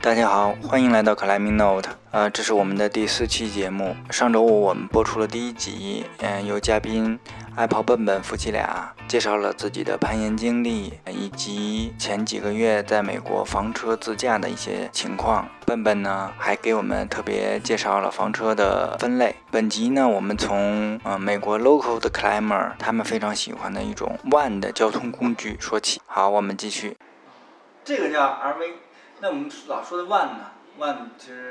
大家好，欢迎来到 Climbing Note，呃，这是我们的第四期节目。上周五我们播出了第一集，嗯、由嘉宾爱跑笨笨夫妻俩介绍了自己的攀岩经历，以及前几个月在美国房车自驾的一些情况。笨笨呢还给我们特别介绍了房车的分类。本集呢，我们从呃美国 local 的 climber 他们非常喜欢的一种 one 的交通工具说起。好，我们继续。这个叫 RV，那我们老说的 one 呢？one 其实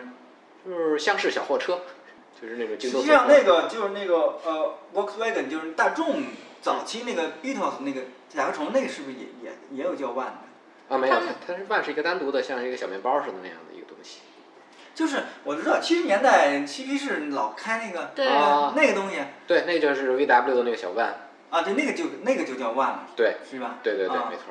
就是厢式小货车，就是那种实京东。际上那个就是那个呃，Volkswagen 就是大众早期那个 Beatles 那个甲壳虫那个是不是也也也有叫 One 的？啊，没有，他它们它是万是一个单独的，像一个小面包似的那样的一个东西。就是我知道七十年代嬉皮士老开那个呃对啊那个东西对，那就是 VW 的那个小万。啊，对，那个就那个就叫 One 了，对，是吧？对对对，啊没错。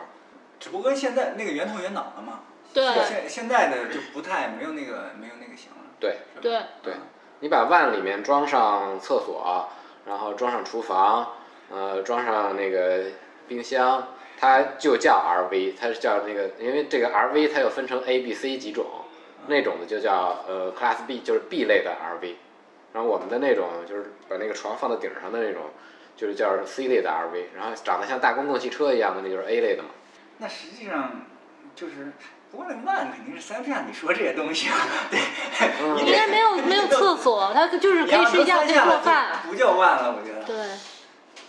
只不过现在那个圆头圆脑了嘛，对现现在的就不太没有那个没有那个型了。对是吧对，对，你把万里面装上厕所，然后装上厨房，呃，装上那个冰箱，它就叫 RV，它是叫那个，因为这个 RV 它又分成 A、B、C 几种，那种的就叫呃 Class B，就是 B 类的 RV，然后我们的那种就是把那个床放到顶上的那种，就是叫 C 类的 RV，然后长得像大公共汽车一样的那就是 A 类的嘛。那实际上就是，不过那 One 肯定是塞不下你说这些东西啊，对，嗯 你因得为没有没有厕所，他就是可以睡觉可以做饭，啊不叫万了，我觉得。对，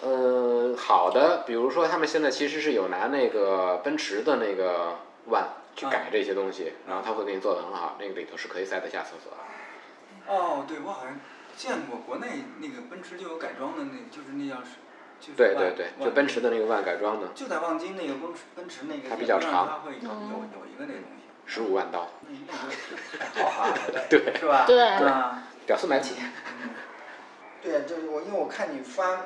呃，好的，比如说他们现在其实是有拿那个奔驰的那个万去嗯改这些东西，然后他会给你做的很好，那个里头是可以塞得下厕所的。啊哦，对，我好像见过国内那个奔驰就有改装的，那就是那叫是，就是对对万对，万就奔驰的那个万改装的，就在望京那个奔驰奔驰那个，它比较长它会有有嗯有一个那东西，十五万刀，那 那个豪华了，对，是吧？对啊。屌丝买 起。嗯对，啊就是我，因为我看你发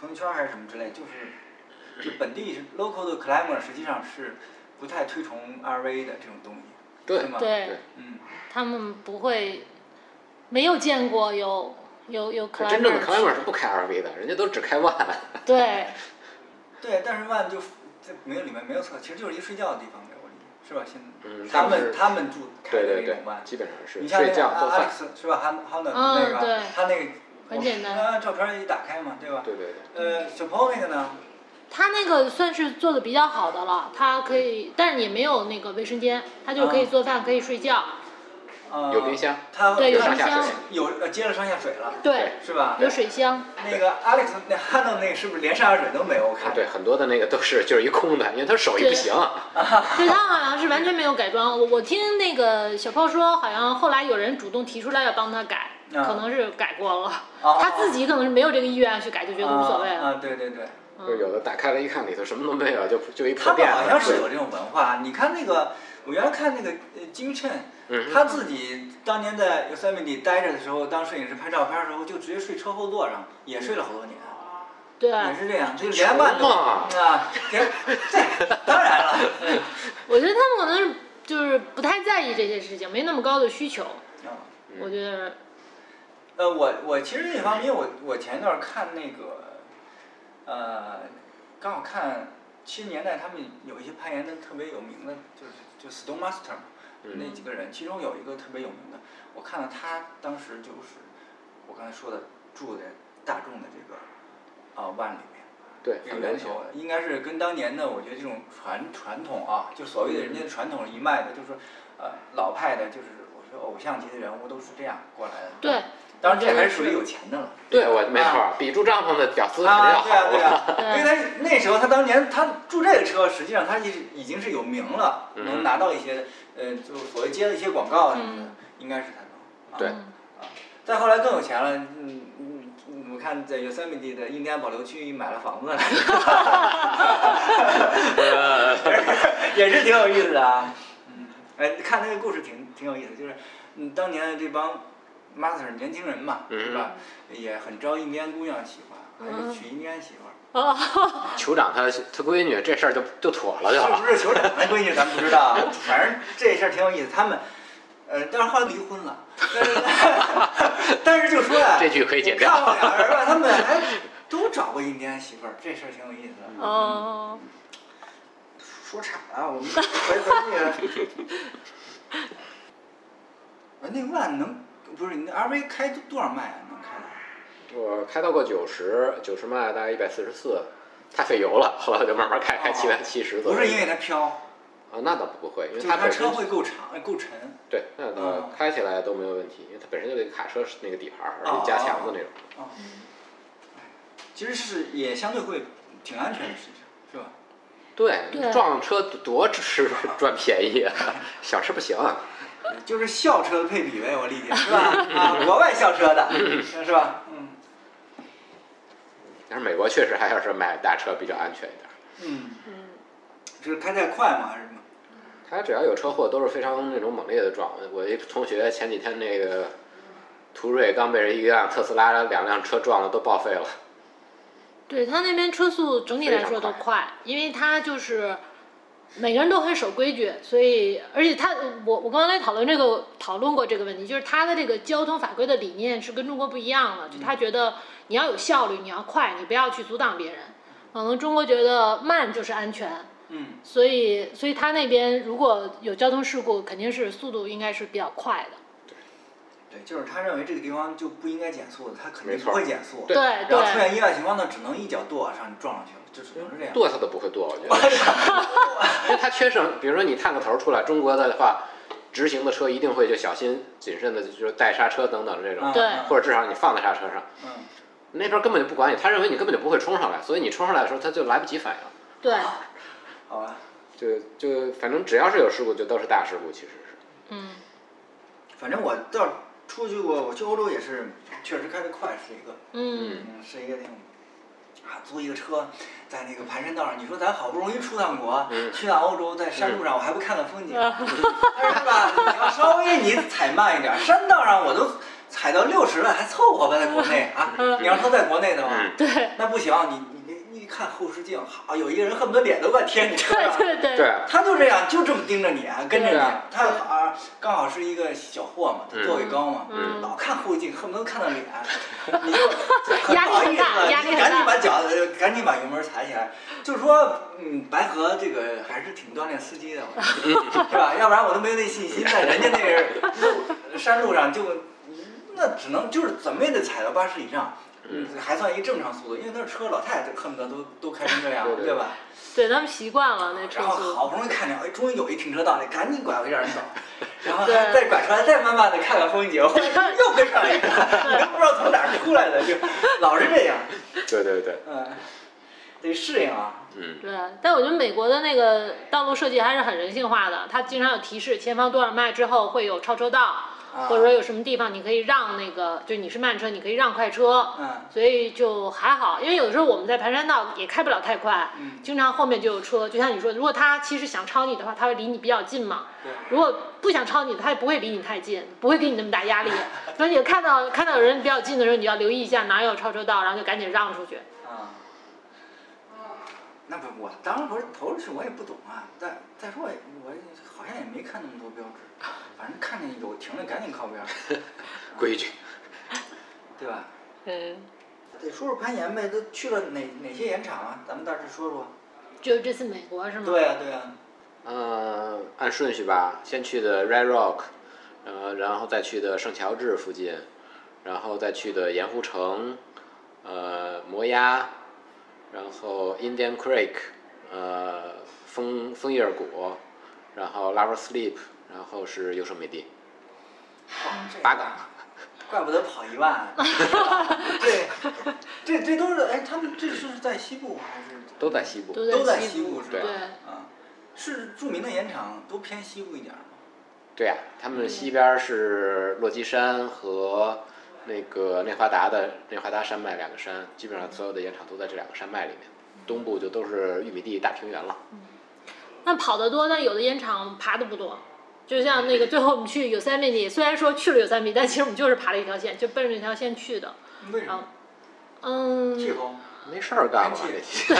朋友圈还是什么之类，就是就本地是 local 的 climber 实际上是不太推崇 RV 的这种东西，对是吗？对嗯，他们不会没有见过有有有 climber，真正的去 climber 是不开 RV 的，人家都只开万。对对，但是万就在没有里面没有厕，其实就是一个睡觉的地方，在我理解，是吧？现在、嗯他他们们是他们住开对的对那对种万，，基本上是你像那睡个啊觉做阿饭克。斯是吧？汉汉的嗯那个对，他那个很简单我照片一打开嘛，对吧？对对对，呃，小朋友那个呢？他那个算是做的比较好的了，他可以，但是也没有那个卫生间，他就可以做饭，可以睡觉，呃，有冰箱他对有他冰箱有呃接了上下水了，对，是吧？有水箱，那个 Alex 那 h a n 那个是不是连上下水都没有？我看啊对很多的那个都是就是一空的，因为他手艺不对行。对他好像是完全没有改装。我我听那个小炮说，好像后来有人主动提出来要帮他改，啊可能是改过了，哦他自己可能是没有这个意愿去改，就觉得无所谓啊了。啊，对对对，就有的打开了一看，里头什么都没有，就就一他破们店。好像是有这种文化。你看那个，我原来看那个呃金趁，嗯他自己当年在 Yosemite 待着的时候，当摄影师拍照片的时候，就直接睡车后座上，也睡了好多年。对，也是这样，就连万都穷啊啊，这这 当然了，嗯我觉得他们可能是就是不太在意这些事情，没那么高的需求。啊我觉得呃，我我其实这方面，我我前一段看那个，呃，刚好看七十年代他们有一些攀岩的特别有名的，就是就 Stone Master 嗯那几个人，其中有一个特别有名的，我看了他当时就是我刚才说的住在大众的这个啊、湾里面，对，这个很流源行。头应该是跟当年的我觉得这种传传统啊，就所谓的人嗯家传统一脉的，就是呃老派的，就是我说偶像级的人物都是这样过来的。对，当然这还是属于有钱的了。对，我没错啊儿，比住帐篷的屌丝肯定要啊，对啊，好对了。啊，因为他那时候他当年他住这个车，实际上他已已经是有名了，嗯能拿到一些呃，就所谓接了一些广告啊什么的，应该是他能。啊对嗯再后来更有钱了，嗯嗯，嗯我看在 Yosemite 的印第安保留区买了房子 了，也是挺 有意思的啊。嗯，哎，看那个故事挺挺有意思，就是嗯，当年这帮 master 年轻人嘛，嗯是吧？也很招印第安姑娘喜欢，还嗯是娶印第安媳妇儿。酋长他他闺女这事儿就就妥 了就是好。不是酋长的闺女咱不知道啊，反正这事儿挺有意思。他们，呃，但是后来离婚了， 但是但是就说呀、这句可以剪掉我看过俩人吧，他们还都找过印第安媳妇儿，这事儿挺有意思的。哦，说岔了啊，我们回回去。哎那万能不是你那 RV 开多多少迈啊？能开到？我开到过九十，九十迈大概一百四十四，太费油了， 后来我就慢慢开，开七百七十左哦不右。是因为它飘，啊，那倒不会，因就为是它它本身车会够长、哎够沉。对，那倒嗯开起来都没有问题，因为它本身就得卡车是那个底盘儿，而哦且加强的那种。啊，其实是也相对会挺安全的事情，是吧？对，对撞车多吃 赚便宜啊，小吃不行啊。就是校车的配比呗，我理解是吧？啊，国外校车的是吧？嗯但是美国确实还要是买大车比较安全一点儿，嗯，嗯，就是开太快嘛，还是什么？他只要有车祸都是非常那种猛烈的撞。我一同学前几天那个途锐刚被人一辆特斯拉两辆车撞了，都报废了。对他那边车速整体来说都非常快，因为他就是每个人都很守规矩，所以而且他我我刚才讨论这个讨论过这个问题，就是他的这个交通法规的理念是跟中国不一样的，就他觉得你要有效率，你要快，你不要去阻挡别人。可能中国觉得慢就是安全，嗯，所以所以他那边如果有交通事故，肯定是速度应该是比较快的。对，就是他认为这个地方就不应该减速的，他肯定没错不会减速。对对然后出对，现意外情况呢，只能一脚跺上，你撞上去了，就只能是这样。剁他都不会剁，我 觉得，因为他缺省。比如说你探个头出来，中国的话，直行的车一定会就小心谨慎的，就是带刹车等等这种，嗯对或者至少你放在刹车上。嗯，那边根本就不管你，他认为你根本就不会冲上来，所以你冲上来的时候他就来不及反应。对，啊好吧，就就反正只要是有事故，就都是大事故，其实是。嗯，反正我倒出去过，我去欧洲也是，确实开得快是一个，嗯，嗯，是一个挺。啊，租一个车，在那个盘山道上，你说咱好不容易出趟国，嗯去趟欧洲，在山路上我还不看看风景，是吧？你要稍微你踩慢一点，山道上我都踩到六十了，还凑合吧，在国内啊。你要说在国内的话，嗯对那不行，你你你一看后视镜，好，有一个人恨不得脸都快贴你车对上，对对对，啊他就这样，就这么盯着你，跟着对你啊。他啊，刚好是一个小货嘛，他嗯座位高嘛，嗯老看后视镜，恨不得看 到脸，你就压力很大不好意思了压力你很大赶紧把脚，赶紧把油门踩起来。就是说，嗯，白河这个还是挺锻炼司机的，我觉嗯得是吧？要不然我都没有那信心。在人家那是路山路上就，那只能就是怎么也得踩到八十以上。嗯，还算一正常速度，因为那是车，老太太恨不得都都开成这样，对对对吧？对，他们习惯了那车然后速。好不容易看见，哎，终于有一停车道了，赶紧拐回让人 走，然后对还再拐出来，再慢慢的看看风景，或者又跟上一个， 你都不知道从哪儿出来的，就老是这样，对对对，嗯，得适应啊，嗯，对，但我觉得美国的那个道路设计还是很人性化的，它经常有提示前方多少迈之后会有超车道，啊或者说有什么地方你可以让那个，就你是慢车，你可以让快车，嗯所以就还好。因为有的时候我们在盘山道也开不了太快，嗯经常后面就有车，就像你说，如果他其实想超你的话，他会离你比较近嘛，对，如果不想超你，他也不会离你太近，不会给你那么大 压力。所以你看到看到有人比较近的时候，你就要留意一下哪有超车道，然后就赶紧让出去。啊，那不我当时不是投出去，我也不懂啊，再再说我也我也好像也没看那么多标志，反正看见有停了赶紧靠边儿，规矩。对吧？嗯，得说说攀岩呗，都去了哪哪些岩场啊？咱们大致说说。就是这次美国是吗？对呀、啊对呀、嗯，按顺序吧，先去的 Red Rock，呃，然后再去的圣乔治附近，然后再去的盐湖城，呃，摩崖，然后 Indian Creek，呃，枫枫叶谷，然后 Lover Sleep，然后是优胜美地，哦这八个。啊怪不得跑一 万。对，这这都是哎，他们这是在西部还是？都在西部。都都在西西部是吧？对，啊，是著名的盐场都偏西部一点儿吗？对呀、他嗯们西边儿是落基山和那个内华达的内华达山脉两个山，基本上所有的盐场都在这两个山脉里面。嗯东部就都是玉米地大平原了。那跑得多，但有的烟场爬的不多。就像那个最后我们去有三 m 地，虽然说去了有三 m 但其实我们就是爬了一条线，就奔着那条线去的。为什然后么？，嗯，气候。没事儿干嘛天这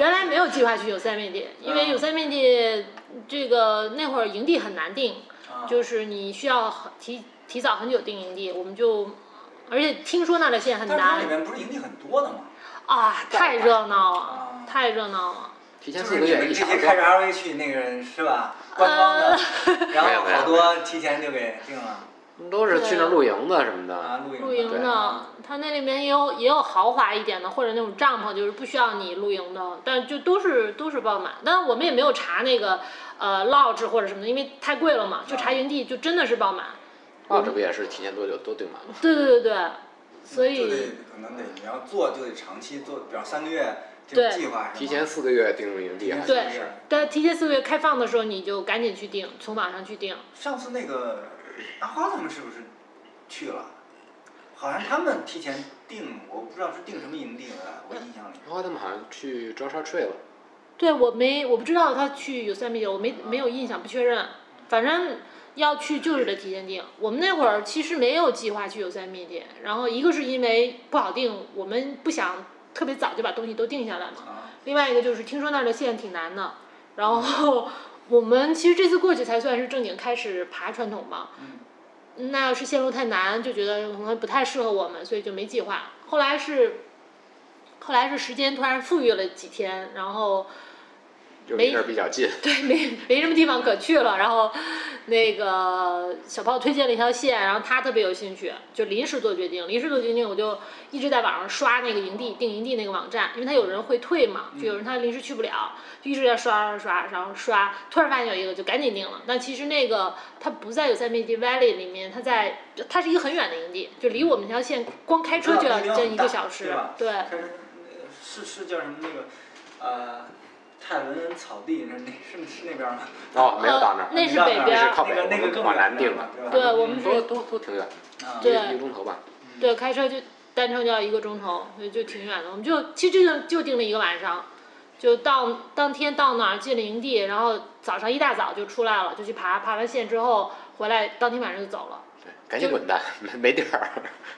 原来没有计划去 Yosemite，因为嗯 Yosemite 这个那会儿营地很难定，啊就是你需要很提提早很久定营地，我们就，而且听说那儿的线很但是它里难面不是营地很多的吗？啊，太热闹了啊，太热闹了。提前就四是个你月们一这查些都开着 RV 去那个人是吧？观光的，然没有后没有好多提前就给定了。都是去那儿对露营的什么的。啊，露营露营对的，它那里面也有也有豪华一点的，或者那种帐篷，就是不需要你露营的，但就都是都是爆满。但我们也没有查那个呃 lodge 或者什么的，因为太贵了嘛，就查营地就真的是爆满。啊，这不也是提前多久都订满了？对对对对，就所得以可能得你要做就得长期做，比方三个月这对种计划是吗提前四个月订入营地啊，提前对是但提前四个月开放的时候，你就赶紧去订，从网上去订。上次那个阿花他们是不是去了？好像他们提前定，我不知道是定什么营地了，我印象里。然后他们好像去装沙 tree 了。对我没我不知道他去 Yosemite，我没没有印象，不确认。反正要去就是得提前订。我们那会儿其实没有计划去 Yosemite，然后一个是因为不好订，我们不想特别早就把东西都定下来嘛。啊，另外一个就是听说那儿的线挺难的，然后 我们其实这次过去才算是正经开始爬传统嘛。嗯那要是线路太难，就觉得可能不太适合我们，所以就没计划。后来是，后来是时间突然富裕了几天，然后就没离那儿比较近， 对，没没什么地方可去了。然后那个小炮推荐了一条线，然后他特别有兴趣，就临时做决定。临时做决定，我就一直在网上刷那个营地订营地那个网站，因为他有人会退嘛，就嗯有人他临时去不了，就一直在刷刷刷，然后刷，突然发现有一个就赶紧订了。但其实那个它不在 Yosemite Valley 里面，它在它是一个很远的营地，就离我们那条线光开车就要将近一个小时对吧，对。开始呃是是叫什么那个呃泰伦草地那那是是那边吗？哦，没有到那儿，那是到北儿边那儿是靠北那个那我个们更往南定定了对吧？对我们是都都都挺远，啊对一个钟头吧。对，开车就单程就要一个钟头，所以就挺远的。我们就其实就就定了一个晚上，就到当天到哪儿进了营地，然后早上一大早就出来了，就去爬，爬完线之后回来，当天晚上就走了。对，赶紧滚蛋，没没地儿。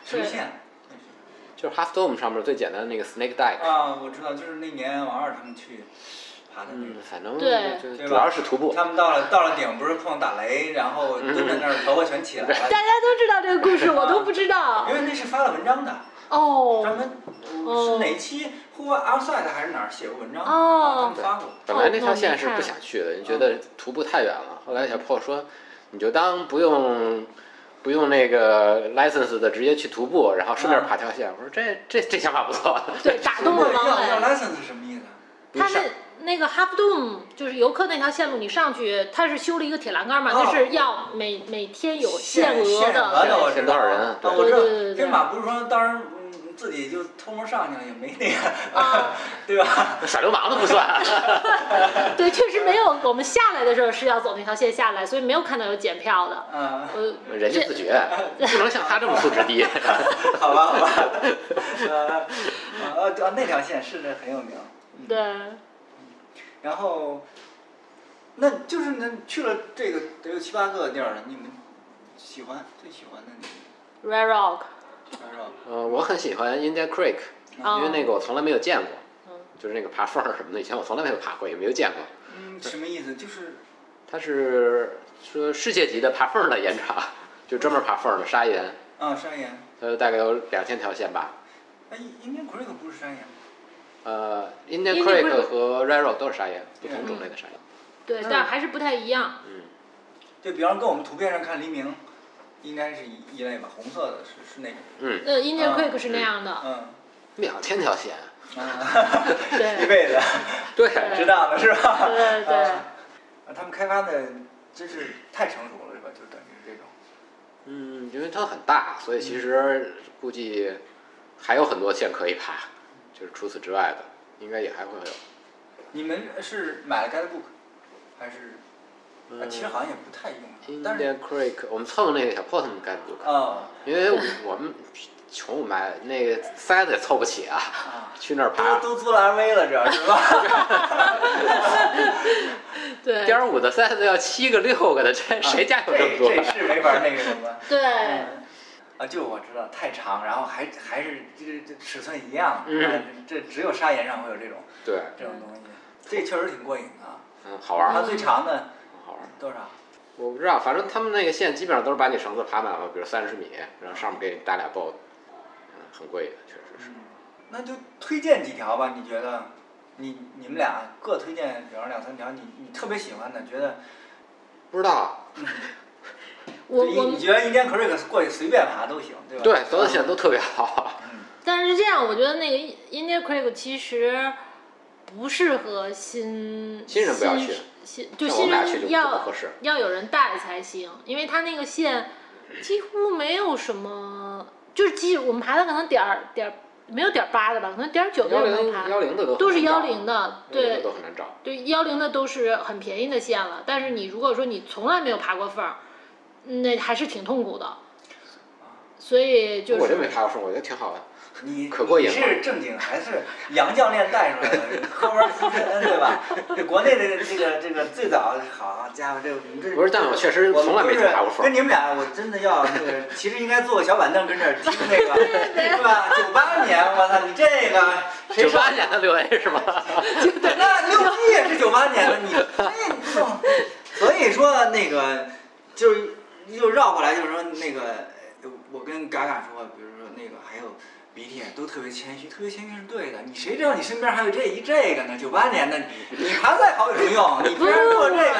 什么对线？就是 Half Dome 上面最简单的那个 Snake Dike，啊，我知道，就是那年王二他们去爬的那个嗯，。反正对就对吧主要是徒步。他们到了到了顶，不是碰打雷，然后蹲在那儿，头发全起来了。大家都知道这个故事，我都不知道因为那是发了文章的，专哦。门是哪期《户外 Outside》还是哪儿写过文章？哦啊他们发过。本来那条线是不想去的，觉嗯得徒步太远了。后来小炮说，你就当不用不用那个 license 的，直接去徒步，然后顺便嗯爬条线。我说这这这想法不错。对，打动不了是王要要磊。 license 是什么意思啊？他们那个 Half Dome 就是游客那条线路，你上去，它是修了一个铁栏杆嘛，哦那是要每每天有限额限额的。的，我知道。限多少人啊啊，我知道对对对对。对飞马不是说当时嗯自己就偷摸上去了，也没那个，啊，对吧？耍流氓的不 算。对，确实没有。我们下来的时候是要走那条线下来，所以没有看到有检票的。 嗯，呃，人家自 觉，不能像他这么素质低。 好吧，好吧。呃，呃，对啊那条线是很有名。对，然后，那就是那去了这个得有七八个地儿了，你们喜欢最喜欢的那 Red Rock，个是吧？呃，我很喜欢 India Creek，啊因为那个我从来没有见过嗯，就是那个爬缝儿什么的，以前我从来没有爬过，也没有见过。嗯，什么意思？就是它是说世界级的爬缝儿的岩场，就专门爬缝儿的砂岩，啊，山岩，它大概有两千条线吧。哎，应该 Creek 不是山岩，呃，Indian Indian Creek Creek 和 r a r o 都是砂岩，不同种类的砂嗯岩。对，但还是不太一嗯样。就比方跟我们图片上看黎明，应该是一一类吧，红色的是是那个，嗯，呃，Indian 啊 Creek 是那样的，嗯，两千条线，一 嗯对，辈子对，知道了是吧？对 对啊他们开发的真是太成熟了是吧？就等于是这种，嗯，因为它很大，所以其实估计还有很多线可以爬，就是除此之外的，应该也还会有。你们是买了 Guidebook 还是？呃啊其实好像也不太用，但是 Indian Creek，我们蹭那个小 p o t 盖不住，啊因为我们穷，买那个塞子也凑不起啊，啊，去那儿爬都。都租了 RV 了，主要是吧？对点五的塞子要七个六个的，这谁家有这么多这？是没法那个什么。对，啊，就我知道太长，然后还还是这这尺寸一样，嗯啊这只有砂岩上会有这种对，这种东西，这确实挺过瘾啊。嗯，好玩它儿，最长的好玩儿。多少？我不知道，反正他们那个线基本上都是把你绳子爬满了，比如三十米，然后上面给你搭俩 boat，嗯，很贵的，确实是。那就推荐几条吧，你觉得？你你们俩各推啊荐，比方两三条，你你特别喜欢的，觉得不知道，我就一我你觉得 Indian Creek 过去随便爬都行，对吧？啊对，走的线都特别好。但是这样，我觉得那个 India Creek 其实不适合新新人不要去新就那我新们俩去就人不要合适要有人带才行，因为他那个线几乎没有什么，就是基我们爬的可能点儿点儿没有点儿八的吧，可能点儿九的幺也没零爬，幺零的都很都是难找幺零，的，幺零的对都很难找。对，幺零的都是很便宜的线了。但是你如果说你从来没有爬过缝儿，那还是挺痛苦的。所以就是我就没爬过树，我觉得挺好的。你可过瘾你是正经还是洋教练带出来的？科班出身， 对吧？这国内的这个这个最早，好家伙，这我们这不是但我确实我们从来没就是爬过风跟你们俩，我真的要那个，其实应该坐个小板凳跟这儿听那个，对吧？九八年，我操，你这个谁九说八年的六 A 是吗？那六七也是九八年的，你这弄，所以说那个就是又绕过来，就是说那个呃我跟嘎嘎说，比如说那个还有鼻涕都特别谦虚，特别谦虚是对的。你谁知道你身边还有这一这个呢？九八年的你，你爬再好有什么用？你别人做这个，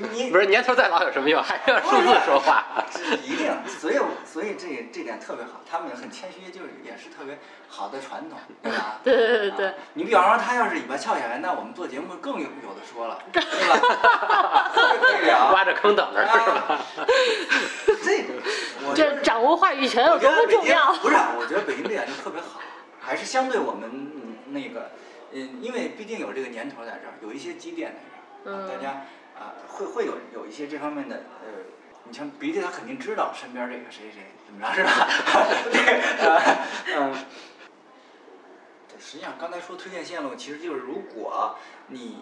你你不是年头再老有什么用？还是要数字说话。是一定，所以所以这这点特别好，他们很谦虚，就是也是特别好的传统，对吧？对对对对啊。你比方说他要是尾巴翘起来，那我们做节目更有有的说了，对吧？ 特别可以聊。挖着坑等着是啊吧？这个，我觉这得掌握话语哎权有我觉多得么北重京要？不是，我觉得北京这点就特别好，还是相对我们嗯那个，嗯，因为毕竟有这个年头在这儿，有一些积淀在这儿，啊嗯大家啊、会会有有一些这方面的呃。你像鼻涕，他肯定知道身边这个谁谁怎么着 是吧？这个呃嗯，对实际上刚才说推荐线路，其实就是如果你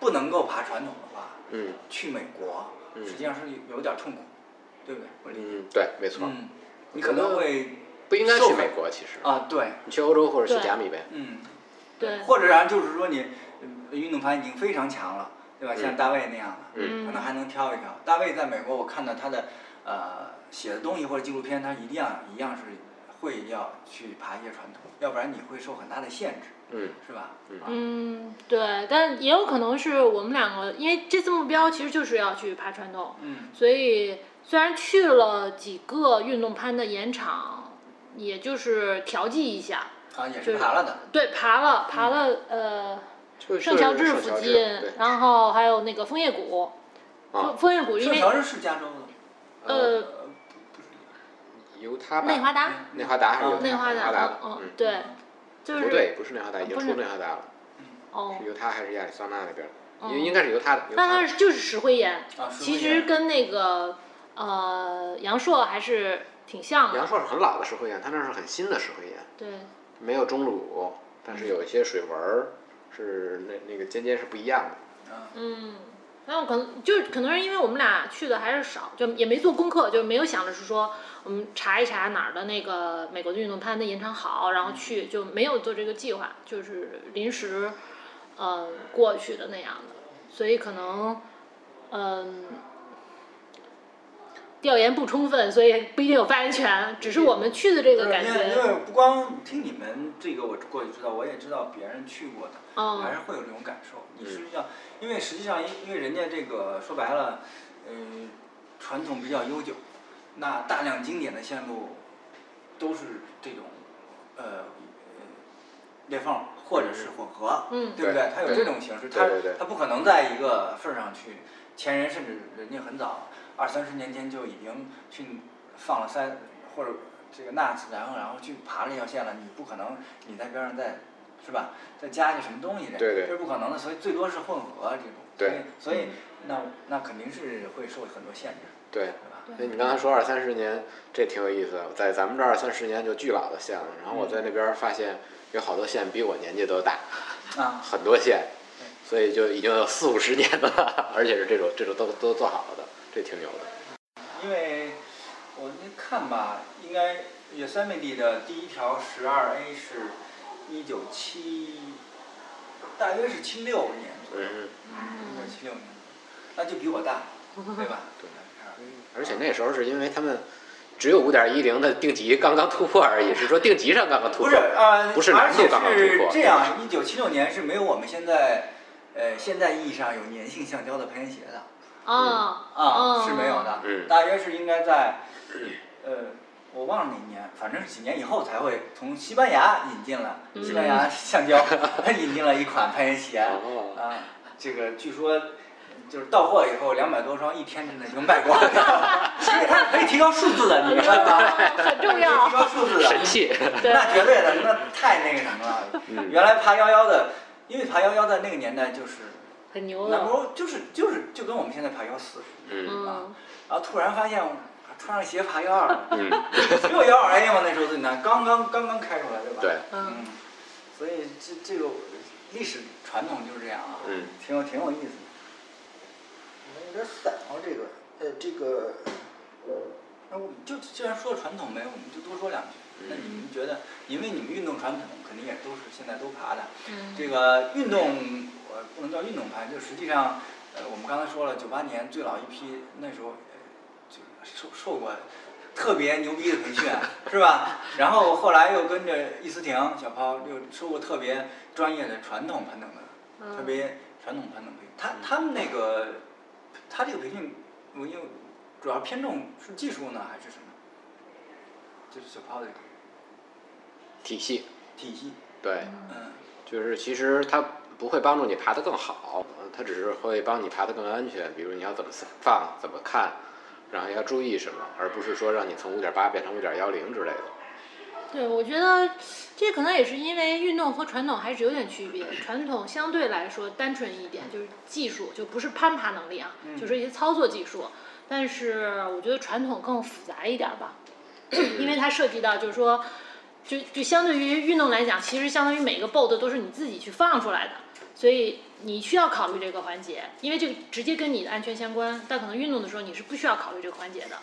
不能够爬传统的话，嗯去美国嗯实际上是有有点痛苦，对不对？我理解。嗯，对，没错，嗯，你可能会不应该去美国，其实啊，对，你去欧洲或者去加密呗。嗯， 对或者然就是说你嗯运动盘已经非常强了，对吧？嗯像大卫那样的，嗯可能还能挑一挑。大卫在美国，我看到他的呃写的东西或者纪录片，他一样一样是会要去爬一些传统，要不然你会受很大的限制，嗯是吧？啊嗯，对，但也有可能是我们两个，因为这次目标其实就是要去爬传统，嗯，所以虽然去了几个运动攀的岩场，也就是调剂一下。啊也就是是爬了的，对，爬了爬了，呃，就是圣乔治圣附乔治近对，，然后还有那个枫叶谷。啊枫叶谷因圣为乔治是加州的，呃呃，犹他吧内华达，嗯内华达还是啊犹他内华达达，达的嗯，嗯，嗯，对，就不是哦对，不是内华达，已经不是出内华达了，哦是，犹他还是亚利桑那那边的？哦应应该是犹他的。犹那他它的是就是石灰岩，啊，是其不是也实跟那个呃阳朔还是挺像杨的，朔是很老的石灰岩，它那是很新的石灰岩，对，没有钟乳，但是有一些水纹儿是那那个尖尖是不一样的。啊嗯。那我可能就是可能是因为我们俩去的还是少，就也没做功课，就没有想着是说我们查一查哪儿的那个美国的运动攀的延长好，然后去就没有做这个计划，就是临时呃过去的那样的，所以可能嗯、调研不充分，所以不一定有发言权，只是我们去的这个感因为因觉，为不光听你们这个我过去知道，我也知道别人去过的，嗯还是会有这种感受。你实际上，因为实际上，因因为人家这个说白了，嗯、传统比较悠久，那大量经典的线路都是这种，呃，呃裂缝或者是混合，嗯对不嗯对对？它有这种形式，对它对对它不可能在一个份儿上去。前人甚至人家很早，二三十年前就已经去放了三或者这个 nuts，然后然后去爬这条线了，你不可能你在边上再是吧，再加一个什么东西这，对对这是不可能的，所以最多是混合这种。对所以，所以那那肯定是会受很多限制，对，对吧？那你刚才说二三十年，这挺有意思。在咱们这儿二三十年就巨老的线了，然后我在那边发现有好多线比我年纪都大，啊，很多线，所以就已经有四五十年的了，而且是这种这种都都做好了的，这挺牛的。因为我那看吧，应该 Yosemite 的第一条十二 A 是一九七，大约是七六年左右，嗯，一九七六年，那就比我大，对吧？啊对。而且那时候是因为他们只有五点一零的定级刚刚突破而已，是说定级上刚刚不突破，是啊，不是而难度且刚刚突是破。这样，一九七六年是没有我们现在，呃，现在意义上有粘性橡胶的攀岩鞋的，啊啊，是没有的，嗯大约是应该在，呃，我忘了哪年，反正是几年以后才会从西班牙引进了，西班牙橡胶引进了一款攀岩鞋，哦啊，这个据说就是到货以后两百多双一天之内就卖光了， 所以它可以提高数字的，你明白吗？很重可以 要提。高数字的，神器，对啊那绝对的，那太那个什么了。嗯原来爬幺幺的，因为爬幺幺的那个年代就是，很牛那了时。候就是就是就跟我们现在爬幺四，嗯嗯，然后突然发现穿上鞋爬幺二，嗯， 只有幺二 A 嘛，那时候最难，刚刚刚刚开出来对吧？对，嗯，嗯，所以这这个历史传统就是这样啊，嗯，挺有挺有意思的。有点散哦，这个，呃，这个，那我们就既然说传统呗，我们就多说两句。嗯那你们觉得，因为你们运动传统肯定也都是现在都爬的，嗯这个运动我不能叫运动盘，就实际上，呃，我们刚才说了，九八年最老一批那时候，呃，就受受过特别牛逼的培训，啊是吧？然后后来又跟着易思婷、小抛又受过特别专业的传统攀登的，嗯特别传统攀登培训。他他们那个，他这个培训，我因为主要偏重是技术呢，还是什么？就是小抛的体系，体系，对，嗯就是其实它不会帮助你爬得更好，呃它只是会帮你爬得更安全。比如你要怎么放、怎么看，然后要注意什么，而不是说让你从五点八变成五点幺零之类的。对，我觉得这可能也是因为运动和传统还是有点区别。传统相对来说单纯一点，就是技术，就不是攀爬能力啊，就是一些操作技术。但是我觉得传统更复杂一点吧，因为它涉及到就是说，就就相对于运动来讲，其实相当于每个 board 都是你自己去放出来的，所以你需要考虑这个环节，因为这个直接跟你的安全相关。但可能运动的时候你是不需要考虑这个环节的，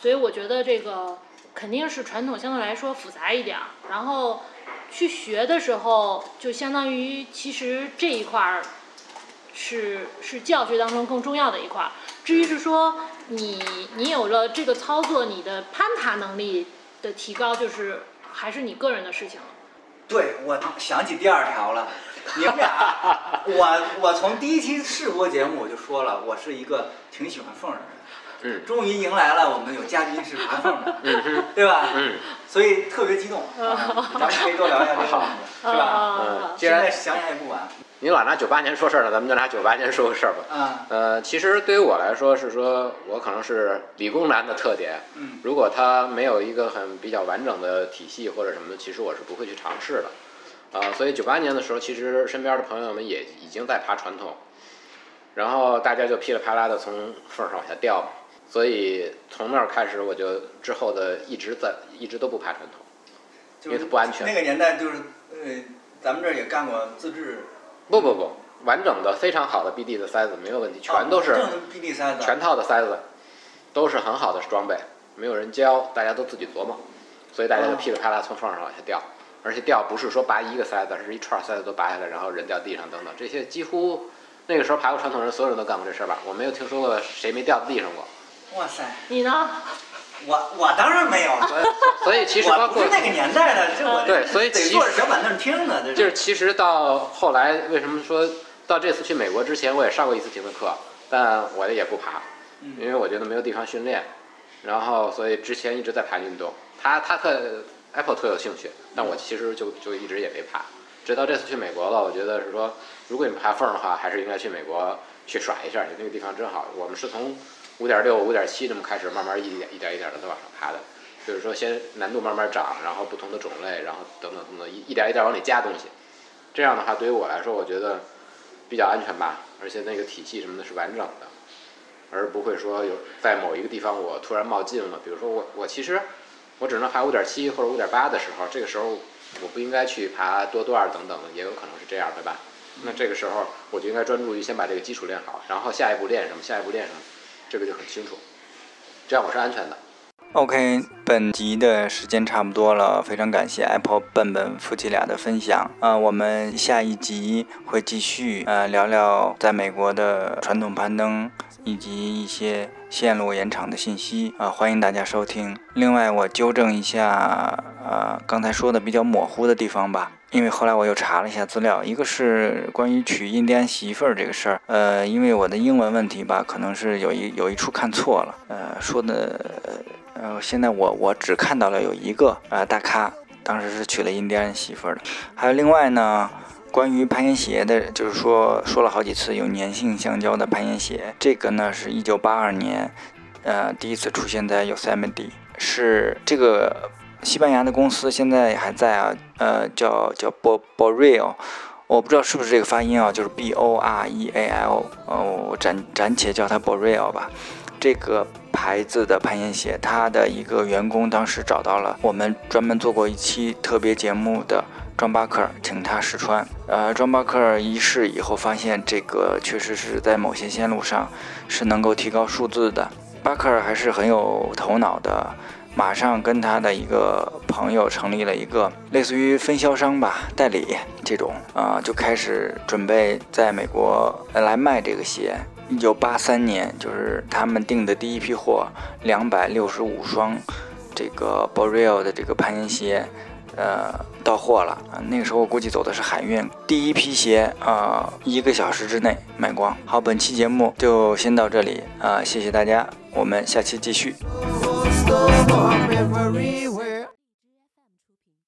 所以我觉得这个肯定是传统相对来说复杂一点儿。然后去学的时候，就相当于其实这一块儿是是教学当中更重要的一块儿。至于是说你你有了这个操作，你的攀爬能力的提高，就是还是你个人的事情了。对，我想起第二条了。你们 俩，我我从第一期试播节目我就说了，我是一个挺喜欢凤儿的人。嗯终于迎来了我们有嘉宾是爬凤儿的，对吧？嗯，所以特别激动，啊咱们可以多聊一下这个问题，是吧？嗯啊既现在然想想也不晚，你老拿九八年说事儿呢，咱们就拿九八年说个事儿吧。啊，呃，其实对于我来说是说，我可能是理工男的特点。嗯如果他没有一个很比较完整的体系或者什么的，其实我是不会去尝试的。啊、所以九八年的时候，其实身边的朋友们也已经在爬传统，然后大家就噼里啪啦的从缝儿上往下掉嘛。所以从那儿开始，我就之后的一直在一直都不爬传统。就因为它不安全那个年代就是，呃，咱们这儿也干过自制，不不不，完整的非常好的 BD 的塞子没有问题，全都是、啊正 BD 塞子，全套的塞子，都是很好的装备，没有人教，大家都自己琢磨，所以大家就哦噼里啪啦从缝上往下掉，而且掉不是说拔一个塞子，而是一串塞子都拔下来，然后人掉地上等等，这些几乎那个时候爬过传统人，所有人都干过这事儿吧？我没有听说过谁没掉地上过，哇塞，你呢？我我当然没有了，所以所以其实包我不括是那个年代的，这我对，所以得其坐实着小板凳听呢，这就是其实到后来，为什么说到这次去美国之前，我也上过一次停的课，但我也不爬，嗯因为我觉得没有地方训练，然后所以之前一直在爬运动。他他特 Apple 特有兴趣，但我其实就就一直也没爬，直到这次去美国了，我觉得是说，如果你爬缝儿的话，还是应该去美国去耍一下，那个地方真好。我们是从五点六、五点七这么开始，慢慢一点一点一点的往上爬的。就是说先难度慢慢涨，然后不同的种类，然后等等等等，一一点一点往里加东西。这样的话，对于我来说，我觉得比较安全吧，而且那个体系什么的是完整的，而不会说有在某一个地方我突然冒进了。比如说我我其实我只能爬五点七或者五点八的时候，这个时候我不应该去爬多段儿等等的，也有可能是这样，对吧？那这个时候我就应该专注于先把这个基础练好，然后下一步练什么，下一步练什么，这个就很清楚，这样我是安全的。 OK，本集的时间差不多了，非常感谢 Apple 笨笨夫妻俩的分享啊、呃我们下一集会继续呃聊聊在美国的传统攀登以及一些线路延长的信息啊、呃欢迎大家收听。另外，我纠正一下呃刚才说的比较模糊的地方吧，因为后来我又查了一下资料，一个是关于娶印第安媳妇儿这个事儿，呃，因为我的英文问题吧，可能是有一有一处看错了，呃，说的呃，现在我我只看到了有一个呃大咖，当时是娶了印第安媳妇儿的，还有另外呢。关于攀岩鞋的，就是说说了好几次有粘性橡胶的攀岩鞋，这个呢是一九八二年，呃，第一次出现在 Yosemite，是这个西班牙的公司现在还在啊，呃，叫叫 Bo Boreal，我不知道是不是这个发音啊，就是 B O R E A L，呃，我暂暂且叫它 Boreal 吧。这个牌子的攀岩鞋，它的一个员工当时找到了我们专门做过一期特别节目的庄巴克尔，请他试穿。呃，庄巴克尔一试以后发现，这个确实是在某些线路上是能够提高数字的。巴克尔还是很有头脑的，马上跟他的一个朋友成立了一个类似于分销商吧，代理这种，啊，就开始准备在美国呃来卖这个鞋。一九八三年，就是他们订的第一批货，两百六十五双这个 Boreal 的这个攀岩鞋，呃，到货了。啊那个时候我估计走的是海运，第一批鞋啊、呃一个小时之内卖光。好，本期节目就先到这里啊、呃谢谢大家，我们下期继续。 was the warm every